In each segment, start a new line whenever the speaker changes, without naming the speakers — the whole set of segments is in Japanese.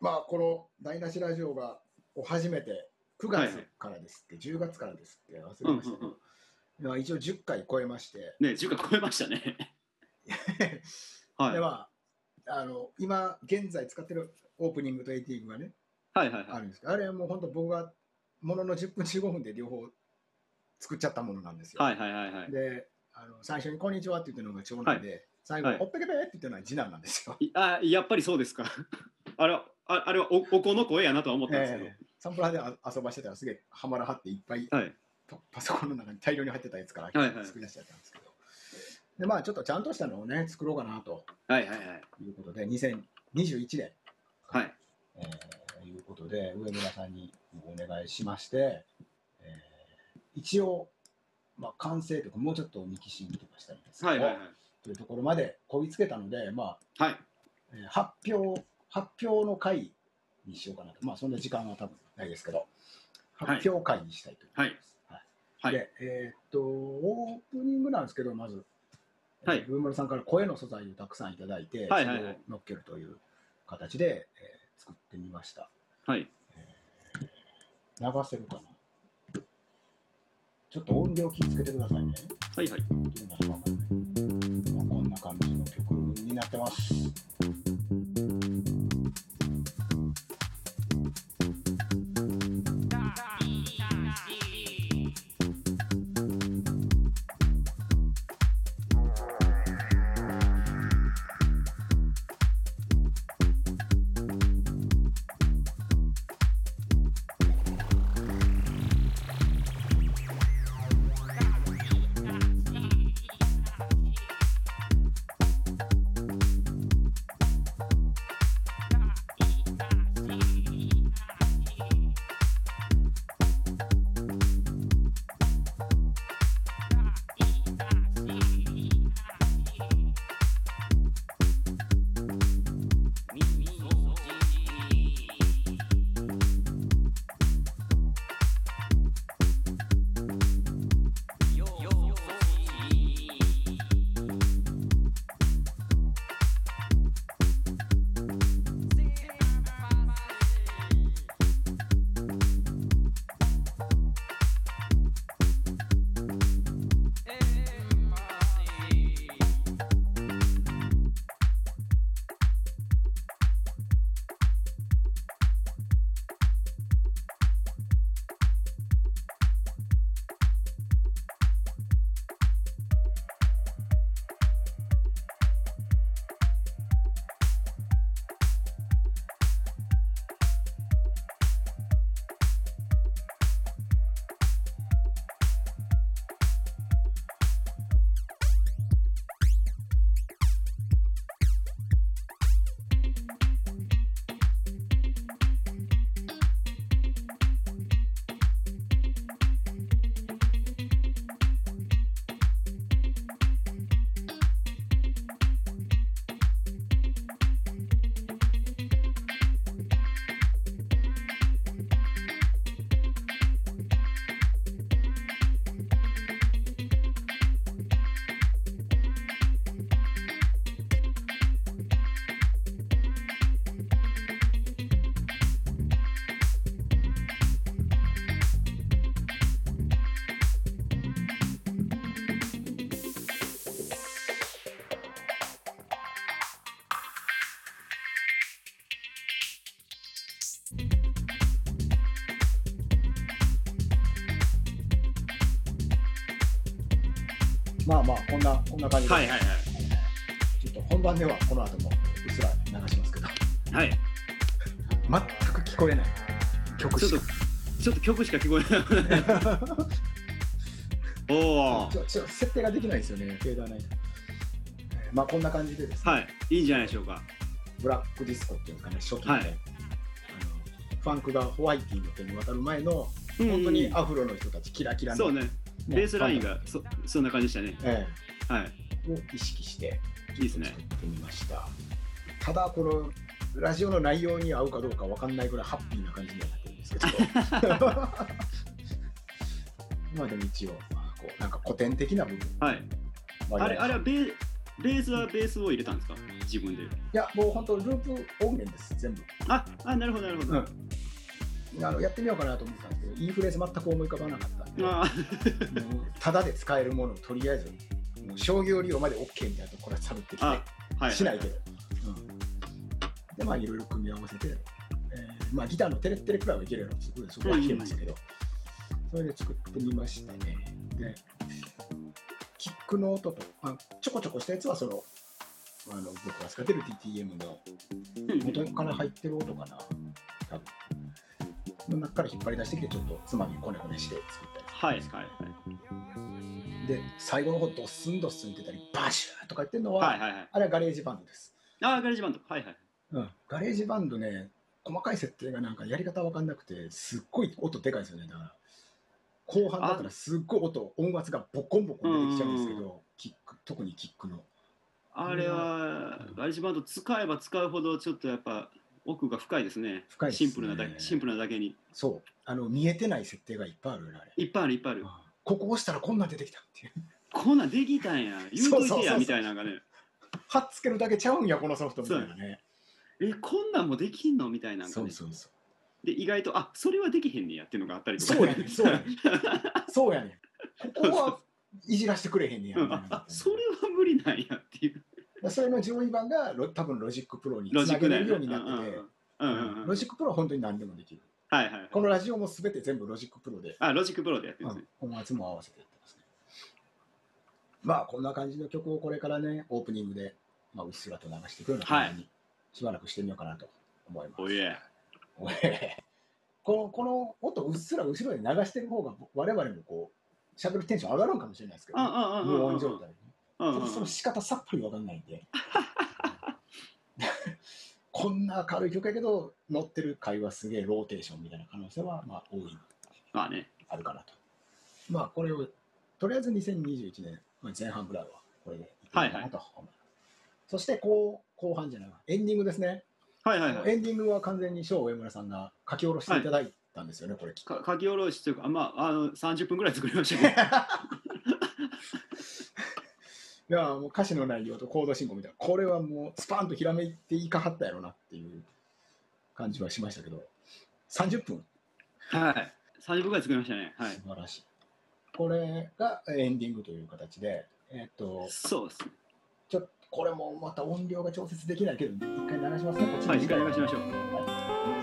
まあ、この「台無しラジオが」を初めて9月からですって、10月からですって忘
う
れ
ん
ましたけど、
うん
まあ一応10回超えまして、
ね10回超えましたね。はい、
で
は
まああの今現在使ってるオープニングとエンディングがね
いはい
あ
はい。
るんですけどあれはもう本当僕がものの10分15分で両方作っちゃったものなんですよ。
はいはいはいはい。
であの最初に「こんにちは」って言ってるのが長男で、最後
はい
に「ほっぺけぺ」って言ってるのは次男なんですよ。
いあやっぱりそうですか。あれはああれはおお子の声やなとは思ったんですけど。
ええサンプラーであ遊ばしてたらすげえハマらはっていっぱい
はい
パパソコンの中に大量に入ってたやつか
はいは
ら
い
作り出しちゃったんですけど、でまあちょっとちゃんとしたのをね作ろうかなと
はいはいはい。
いうことで2021年、
はい、
えーいうことで上村さんにお願いしまして、えー一応、まあ、完成というかもうちょっとミキシングとかしたりです
はいはいはい。
というところまでこぎつけたので、まあ
はい
えー発表発表の回にしようかなとまあそんな時間は多分ないですけど
はい
発表会にしたいと思います。
はいはい
で、えーっと、オープニングなんですけど、まず、
はい
えー上村さんから声の素材をたくさんいただいて、
はいはいはい
それを乗っけるという形で、えー作ってみました。
はい。
流せるかなちょっと音量気をつけてくださいね。
はいはい。
どうなるかわかんないまあこんな感じの曲になってます。まあまあ、こんな、こんな感じで、
はいはいは
ちょっと本番ではこの後もうっすら流しますけど、
い。はい。
全く聞こえない曲
ちょっ
し
と
か。
ちょっと曲しか聞こえない。 おお
ち。ょちょ設定ができないですよね、フェーダーない。えーまあこんな感じでですね、
はい。いいんじゃないでしょうか。
ブラックディスコっていうかね、初期のね、
はい
あのファンクがホワイティの手に渡る前の、本当にアフロの人たち、キラキラの、
そうね。ベースラインがそそんな感じでしたね。
え
はい。
えを意識して、
いいですね
作。ってみました。ただ、このラジオの内容に合うかどうかわかんないぐらいハッピーな感じにはなってるんですけど、まあでも一応、こうなんか古典的な部分
はい。
は
あれあれはベーベースはベースを入れたんですか。自分で。
や、もう本当、ループ音源です、全部。
あ、あ、なるほど、なるほど。
うんあのやってみようかなと思ってたんですけど、インフレーズ全く思い浮かばなかったんで、
あ
もうただで使えるものをとりあえず、もう商業利用まで OK みたいなところから探ってきて、
ああ、はい。
しないけど、うんで、まあ、いろいろ組み合わせて、えーまあ、ギターのテレッテレくらいはいけるやろそこでそこは弾けましたけど、それで作ってみましたね。で、キックの音と、まあ、ちょこちょこしたやつはその、あの僕が使ってる DTM の元から入ってる音かな、多分。の中から引っ張り出してきて、ちょっとつまみこねこねして作ったり
はい、はい、はい。
で、最後の方、ドッスンドッスンって言ったり、バシューとか言ってるのは、
はい、はい、はい。
あれはガレージバンドです。
ああ、ガレージバンド。はい、はい。
うん、ガレージバンドね、細かい設定がなんかやり方わかんなくて、すっごい音でかいですよね。だから、後半だからすっごい音、音圧がボコンボコン出てきちゃうんですけ
うん
ど、キック、特にキックの。
あれは、ガレージバンド使えば使うほど、ちょっとやっぱ、奥が深いですね。
深いですね
シンプルなだけ、シンプルなだけに。
そう、あの、見えてない設定がいっぱいあるよね、あれ。
いっぱいある、いっぱいある。
ここ押したらこんなん出てきたっていう。
こんなんできた んや。言うと
そうそうそう
いて
そ
や、
う
みたいなのがね。
はっつけるだけちゃうんや、このソフトみたいなね。
え、こんなんもできんのみたいなのが
そ
ね
う。そうそう。
で、意外と、あ、それはできへんねやっていうのがあったりとか。
そうやねん、そうやねん。そうやねん。ここはいじらしてくれへんねや。
う
み
ん
たい
あ
な
あそれは無理なんやっていう。
それの上位版がロ多分ロジックプロに
ロ
つ
ジ
な
ッ
げ
クだ
れ
よ
る
ね。
ようになってて、
うんうんうんうん
ロジックプロは本当に何でもできる。
はいはい。
このラジオもすべて全部ロジックプロで、
あ、ロジックプロでやって
う
るんです
ん
ね。、
音圧も合わせてやってますね。まあこんな感じの曲をこれからね、オープニングで、まあ、うっすらと流していくような感じにしばらくしてみようかなと思います。
おいえ。
おい このこの音うっすら後ろで流してる方が我々もこう、喋るテンション上がるんかもしれないですけどね、
ああ、ああ、ああ。
無音状態に。
うんうんうん
その仕方さっぱりわかんないんで。 こんな明るい曲やけど、乗ってる会話すげえローテーションみたいな可能性は、まあ、大いに
まあね。
あるかなと。まあ、これを、とりあえず2021年まあ前半ぐらいは、これでいこうかなと思いますそして、こう、後半じゃないわ、エンディングですね。
はいはいはい。
エンディングは完全に翔上村さんが書き下ろしていただいたんですよね、これ。
か書き下ろしというか、まあ、あの、30分ぐらい作りましたけど。
いやもう歌詞の内容とコード進行みたいな、これはもうスパンとひらめいていかはったやろなっていう感じはしましたけど、30分、
はい。30分ぐらい作りましたね。はい
素。晴らしい。これがエンディングという形で、えっと、
そうですね。
ちょっとこれもまた音量が調節できないけど、一回流しますね、こっち
は
に
い、一回流しましょ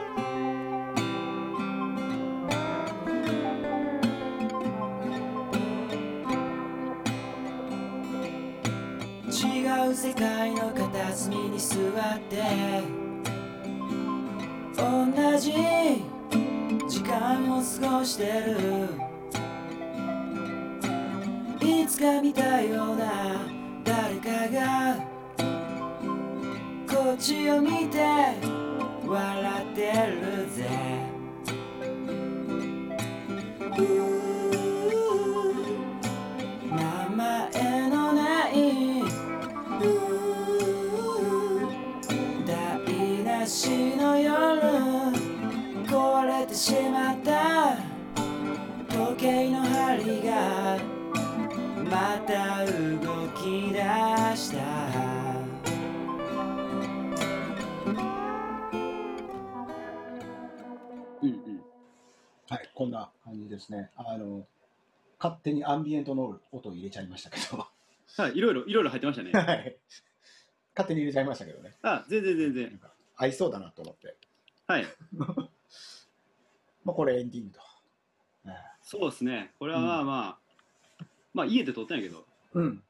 う。
違う世界の片隅に座って同じ時間を過ごしてるいつか見たような誰かがこっちを見て笑ってるぜうー名前のない台無しの夜壊れてしまった時計の針がまた動き出した
うんうん。
はい、こんな感じですね。あの、勝手にアンビエントの音を入れちゃいましたけど、
はい、いろいろ、いろいろ入ってましたね。
はい勝手に入れちゃいましたけどね、
あ、全然全
な
然
ん。か合いそうだなと思って。
はい。
まあ、これエンディングと。
そうですね。これはまあまあ、まあ、家で撮ったんやけど、
うん。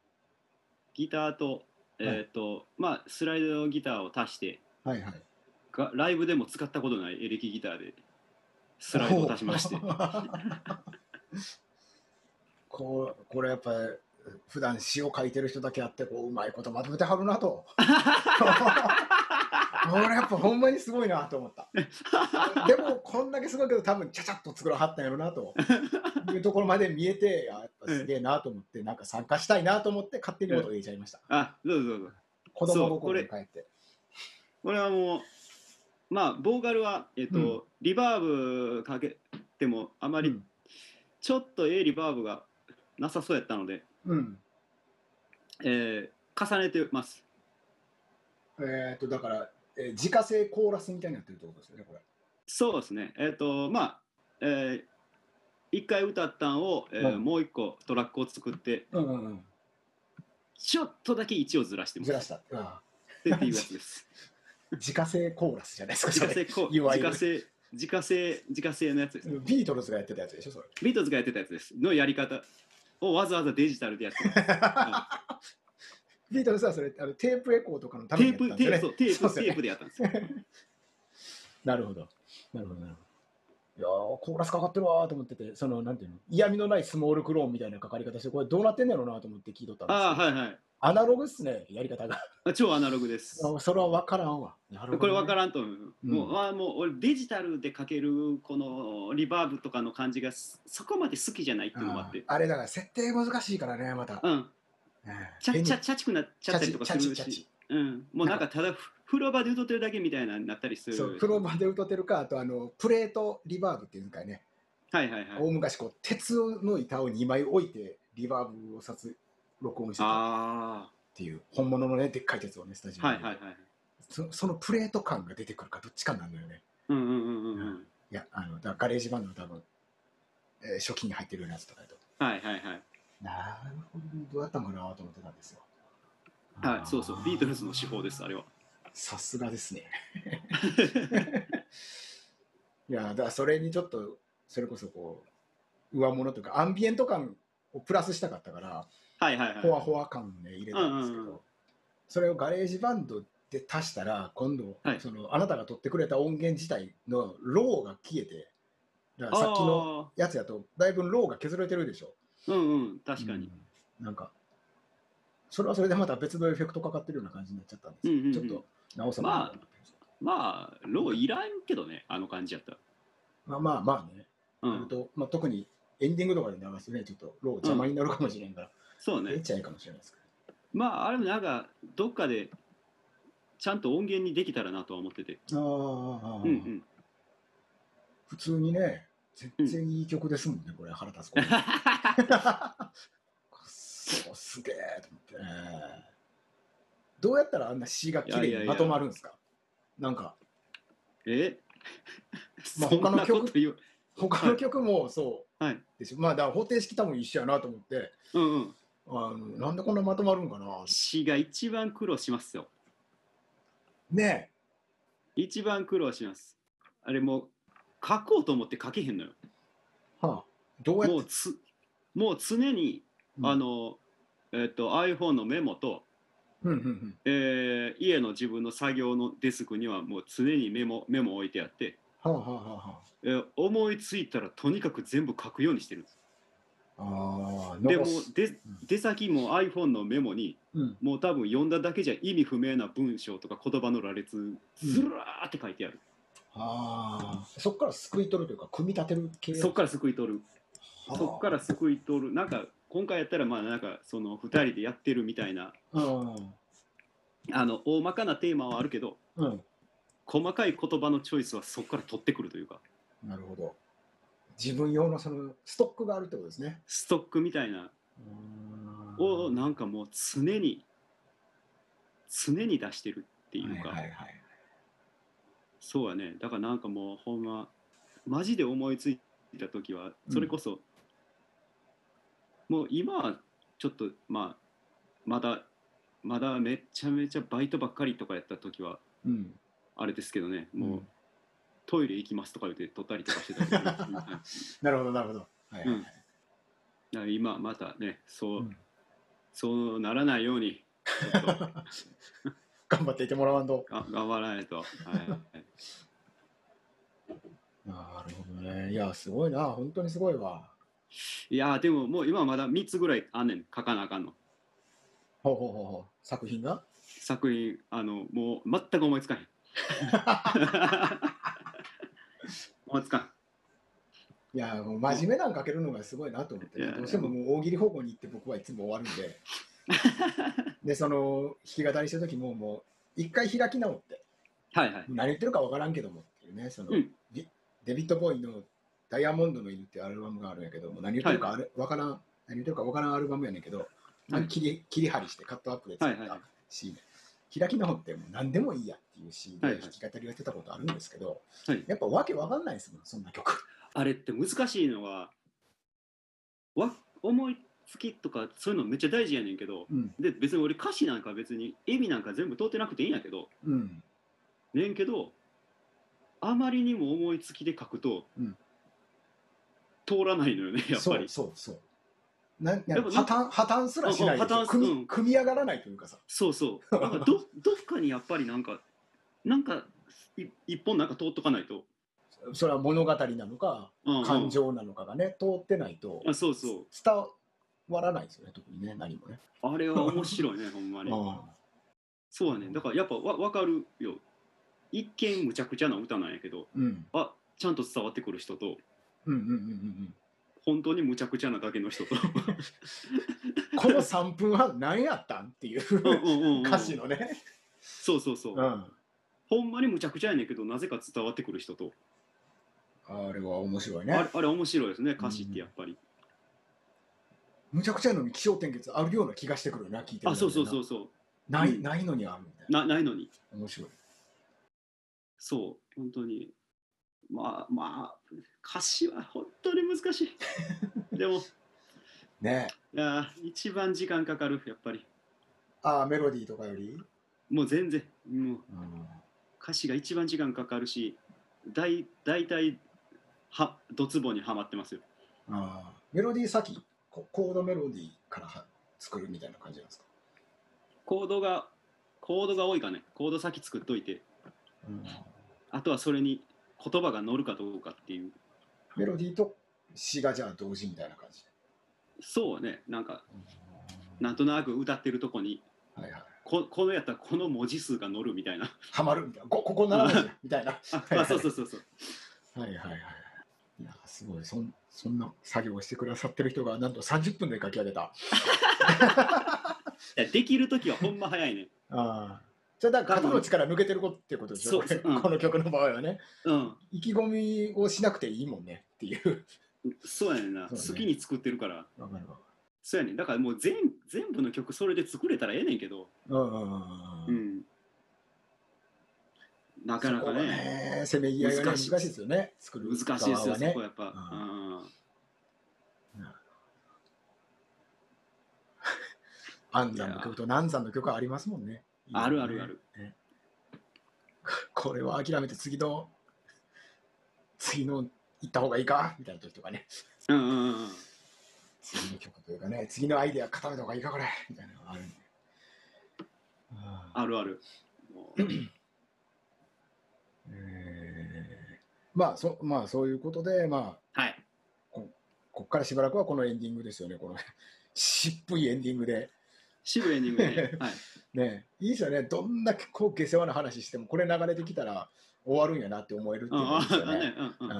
ギターと、えっと、まあ、スライドギターを足して、
はいはい。
がライブでも使ったことないエレキギターでスライドを足しま して
こうこれやっぱり普段詩を書いてる人だけあってこううまいことまとめてはるな と。俺やっぱほんまにすごいなと思った。でもこんだけすごいけど多分ちゃちゃっと作らはったんやろなというところまで見えてあやっぱすげえなと思ってなんか参加したいなと思って勝手に音を入れちゃいました。
あどうぞどうぞ
子供心に帰って。
これはもうまあボーカルは、えっと
うん
リバーブかけてもあま
う
り
ん
ちょっとええリバーブがなさそうやったので、
うん。
えー重ねてます
えっと、だから、えー自家製コーラスみたいになってるってことですよね、これ。
そうですね。えっ、とまあ、えー一回歌ったんを、えー
うん
もう一個トラックを作って
うんうんうん。
ちょっとだけ位置をずらしてます
ずらした。あ
ってっていうや つです。
ー自家製コーラスじゃないですか、
自
そ
家
れ。
製こう
いわ
自
ゆる
家製自家製自家製のやつです、
ビートルズがやってたやつでしょ、それ。
ビートルズがやってたやつです。のやり方をわざわざデジタルでやって ます。
ビートルズはそれ、あのテープエコーとかのた
テ
めにや
ー
った
プ
んで
テ
す
ー
よね。そう
プそうテープ
です
テ
よね
ープでやったんですよ。
なるほど。なるほど、なるほど。いやーコーラスかかってるわーと思ってて、その、なんていうの、嫌味のないスモールクローンみたいなかかり方して、これどうなってんだろうなと思って聞いとったんですけど
ああはいはい
アナログっすね、やり方が。
あ。超アナログです。
あそれは分からんわ。なる
これ分
わ
から
ん。
らんと思う。も
うん
う、あもう俺デジタルでかけるこのリバーブとかの感じがすそこまで好きじゃないっていうのもあ
あ
って。
あれだから、設定難しいからね、また。
うん。
ね
ちゃ
変に
ちゃちゃちくなっちゃったりとかする
チャチチャチチ
し。うん。もうなんかただふ風呂場で歌ってるだけみたいなになったりする。
そう、風呂場で歌ってるか、あとあの、プレートリバーブっていうんかね、
はいはいはい。
大昔こう、鉄の板を2枚置いて、リバーブをさす録音してたっ
あ
ていう、本物のね、でっかい鉄をね、スタジオ
あ。
に
はいはいはい。
そそのプレート感が出てくるか、どっちかなのよね。
うんうんうんうんう。
うんいや、あの、だからガレージバンドの多分、えー初期に入ってるようなやつとかだと。
はいはいはい。
なるほど、どうやったのかなと思ってたんですよ。
はい、そうそう、ビートルズの手法です、あれは。
さすがですね。 いや、だからそれにちょっと、それこそこう、上物というか、アンビエント感をプラスしたかったから、
はいはい
ほ
は
わほわ感をね、入れたんですけど、
うんうんうん
それをガレージバンドで足したら、今度、
はい
そのあなたが取ってくれた音源自体のローが消えて、だか
い。
らさっきの
の。
やつやと、だいぶローが削れてるでしょ。
うんうん、確かに。
うんなんか、それはそれでまた別のエフェクトかかってるような感じになっちゃったんですよ
うんうんうん
ちょっと直さないとなってるんですよ
まあ、ローいらんけどね、あの感じやったら。
まあまあまあね、
う
あれ
ん、
とまあ、特にエンディングとかで流すとね、ちょっとロー邪魔になるかもしれんから、
そう
ええっ
ね。
ちゃいいかもしれないですけ
まあ、あれもなんか、どっかで、ちゃんと音源にできたらなとは思ってて。
ど、ああ
うんうん。
普通にね、全然いい曲ですもんね、これ、腹立つこと。 くっそすげえと思って、どうやったらあんな詩が綺
いやい
麗
やい
に
や
まとまるんですかなんか、
え
まあ
そんなこと言う。
他の曲もそう、
はい
でしょまあ、だから方程式多分一緒やなと思って、
うんうん。
あのなんでこんなまとまるんかな
詩が一番苦労しますよ。
ね
一番苦労します。あれもう、書こうと思って書けへんのよ。
え、はあ、どうや
も
っ
う
て
つ、もう常に、
うん
あの、えっ、と、iPhone のメモと、
うんうんうん
えー家の自分の作業のデスクにはもう常にメモメモを置いてあって、
はあはあはあは
えー思いついたらとにかく全部書くようにしてるんです
ああー
でも
残す
で出先も iPhone のメモに
うん
もう多分読んだだけじゃ意味不明な文章とか言葉の羅列ずらーって書いてある、
ああそっからすくい取るというか組み立てる系
そっからすくい取る
はあ
そっからすくい取るなんか今回やったらまあなんかその2人でやってるみたいな
うん
あの大まかなテーマはあるけど
うん
細かい言葉のチョイスはそっから取ってくるというか
なるほど自分用のそのストックがあるってことですね
ストックみたいなをなんかもう常に常に出してるっていうか、
はいはいはい
そうやねだからなんかもうほんまマジで思いついた時はそれこそ、もう今はちょっとまあまだまだめっちゃめちゃバイトばっかりとかやった時は
うん
あれですけどねもう、
うん
トイレ行きますとか言って撮ったりとかしてたけど はい
なるほどなるほどはいはいはい
だから今またねそう、
うん
そうならないようにちょっと
頑張っていてもらわんと
が頑張らないと。はい
なるほどねいやすごいな本当にすごいわ
いやーでももう今まだ3つぐらいあんねん書かなあかんの
ほうほうほうほう作品が
作品あのもう全く思いつかへん思いつかん
いやもう真面目なんかけるのがすごいなと思って、
いやいや
どうしてももう大喜利方向に行って僕はいつも終わるん ででその弾き語りした時ももう一回開き直って
はいはい
何言ってるかわからんけどもっていうねその、
うん
デデビッド・ボーイの「ダイヤモンドの犬」っていうアルバムがあるんやけどもう何言ってるかあれ、わからん何言ってるかわからんアルバムやねんけど、
はい
切り切り張りしてカットアップで作っ
はいはい
たシーン、開き直ってもう何でもいいやっていうし、
はいはい
弾き語りをやってたことあるんですけど、
はい
やっぱわけわかんないですもん、そんな曲。
あれって難しいのはわ思いつきとかそういうのめっちゃ大事やねんけど
うん。
で別に俺歌詞なんか別に意味なんか全部通ってなくていいんやけど
うん。
ねんけどあまりにも思いつきで書くと、
うん
通らないのよねやっぱり
そうそうそう。なんなん
でも
破綻破綻すらしないでし
うんう
ょ
ん破綻
組み、
うん
組み上がらないというかさ。
そうそうなん かどどっかにやっぱりなんかなんかい一本なんか通っとかないと、
それは物語なのか
うんうん
感情なのかがね通ってないと
あそうそう
伝わらないですよね特にね何もね。
あれは面白い ねほんまに
う
そうやねだからやっぱわ分かるよ一見むちゃくちゃな歌なんやけど
んうん
あちゃんと伝わってくる人と
うんうんうんうん
本当にむちゃくちゃなだけの人と
うん。 この三分半何やったん っていう
うんうんうんうん
歌詞のね。
そうそうそう、
うん。
ほんまにむちゃくちゃやねんけどなぜか伝わってくる人と、
あれは面白い
あれ
ね。
あれ面白いですね歌詞ってやっぱり、
むちゃくちゃなのに気象点結あるような気がしてくるよな聞いてる。
あそうそうそううそう
ないないのにあるみたいな。
なないのに
面白い。
そう本当にまあまあ歌詞は本当に難しいでもい
ね
やー一番時間かかるやっぱり
ああメロディーとかより。
もう全然もう
うん
歌詞が一番時間かかるしだい大体はドツボにはまってますよ
ああメロディー先ココードメロディーからは作るみたいな感じなんですか、
コードがコードが多いかねコード先作っといてあとはそれに言葉が乗るかどうかっていう
メロディーと詞がじゃあ同時みたいな感じ、
そうねなんかなんとなく歌ってるとこに
はいはい
ここのやったらこの文字数が乗るみたいな
ハマるみたいなこここ並ぶじゃんみたいな
あ、
いはい
あそうそうそうそう
はいはいはいいやすごいそんそんな作業をしてくださってる人がなんと30分で書き上げた
いやできる時はほんま早いね
ああそれだから肩の力抜けてることってことでしょ
そうそう
これ
うん
この曲の場合はね
うん
意気込みをしなくていいもんねっていう
そうやねんな、
そうね
好きに作ってるから
わかるわ
そうやねんだからもう全全部の曲それで作れたらええねんけど
うんうんうん
う
うん
んなかなかね
せめぎ合いが、ね、難
難
し
し
い
い
ですよね作る
難しいで
側
すよ、
は
そこはやっぱ、
う
うん
安山の曲と南山の曲はありますもんね。
あるあるある。
ね。これは諦めて次の、次の行った方がいいかみたいな時とかね。
うんうんうんうん
次の曲というかね、次のアイデア固めた方がいいかこれみたいなのがあるんで。あー
あるあるも う
えーまあそ、まあそういうことで、まあ、
はい
こっからしばらくはこのエンディングですよね。この 渋いエンディングで。
渋いエンディング で、はい、
ねいいですよね。どんだけこう下世話な話しても、これ流れてきたら終わるんやなって思えるって
う
い
ん
うのがいいですよ
あ
ね。
ねうんうん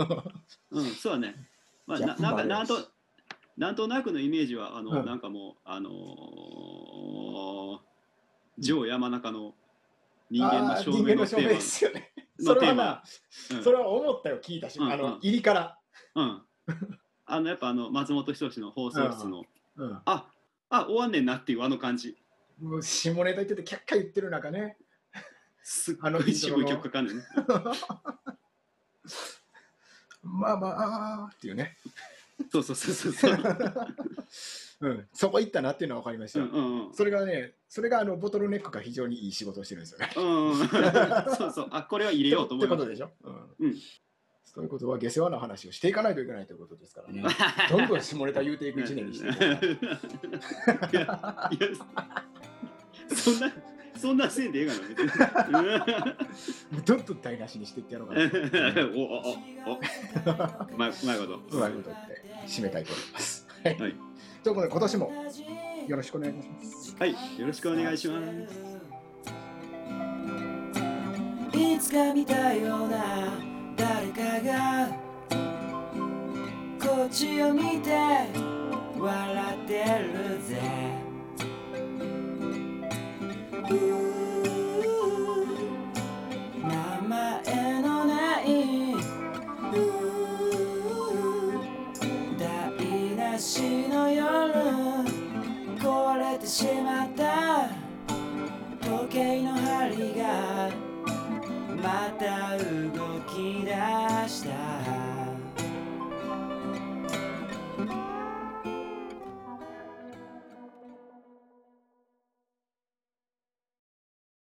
うん
うんそうだねまあ
ギャッ
な
プも
なん
あ
か
る
なんとなんとなくのイメージはあの、
うん
なんかもうあのー、上山中の人間の証
あー人
明
間の
の
証
テ
明
ーマ
ですよね。そ
の
れ
テ
は
ー
な
マ、、
それは思ったよ、聞いたし、
うん
あ
うん
の入りから。
うん、うん、あのやっぱあの松本人志の放送室の、
うん
ああ終わんねんなっていうあの感じ
もう下ネタ言ってて、キャッキャ言ってる中ね、
すっ
あの
ごい渋い曲かかんねんね
まあまあ、あーっていうね、
そうそうそうそうそう
うん、そこ行ったなっていうのは分かりました
う
よ。
んうん
それがね、それがあのボトルネックが非常にいい仕事をしてるんですよね。
うん、うん、そうそうあこれは入れようと思い
って
ま
こ
す
とでしょ。うん
うん
ということは、下世話な話をしていかないといけないということですからね。どんどん下ネタ言うていく一年にしていこう かな
いやいやそんなそんなせんでええ がな
どんどん台無しにしていってやろうかな。
別に おおおお うまいうまいこと
うまいこと言って締めたいと思います。は
は
い
い。
ということで今年もよろしくお願いいたします。
はいよろしくお願いします
いつか見たような誰かがこっちを見て笑ってるぜうー名前のないうー台無しの夜これてしまった時き出した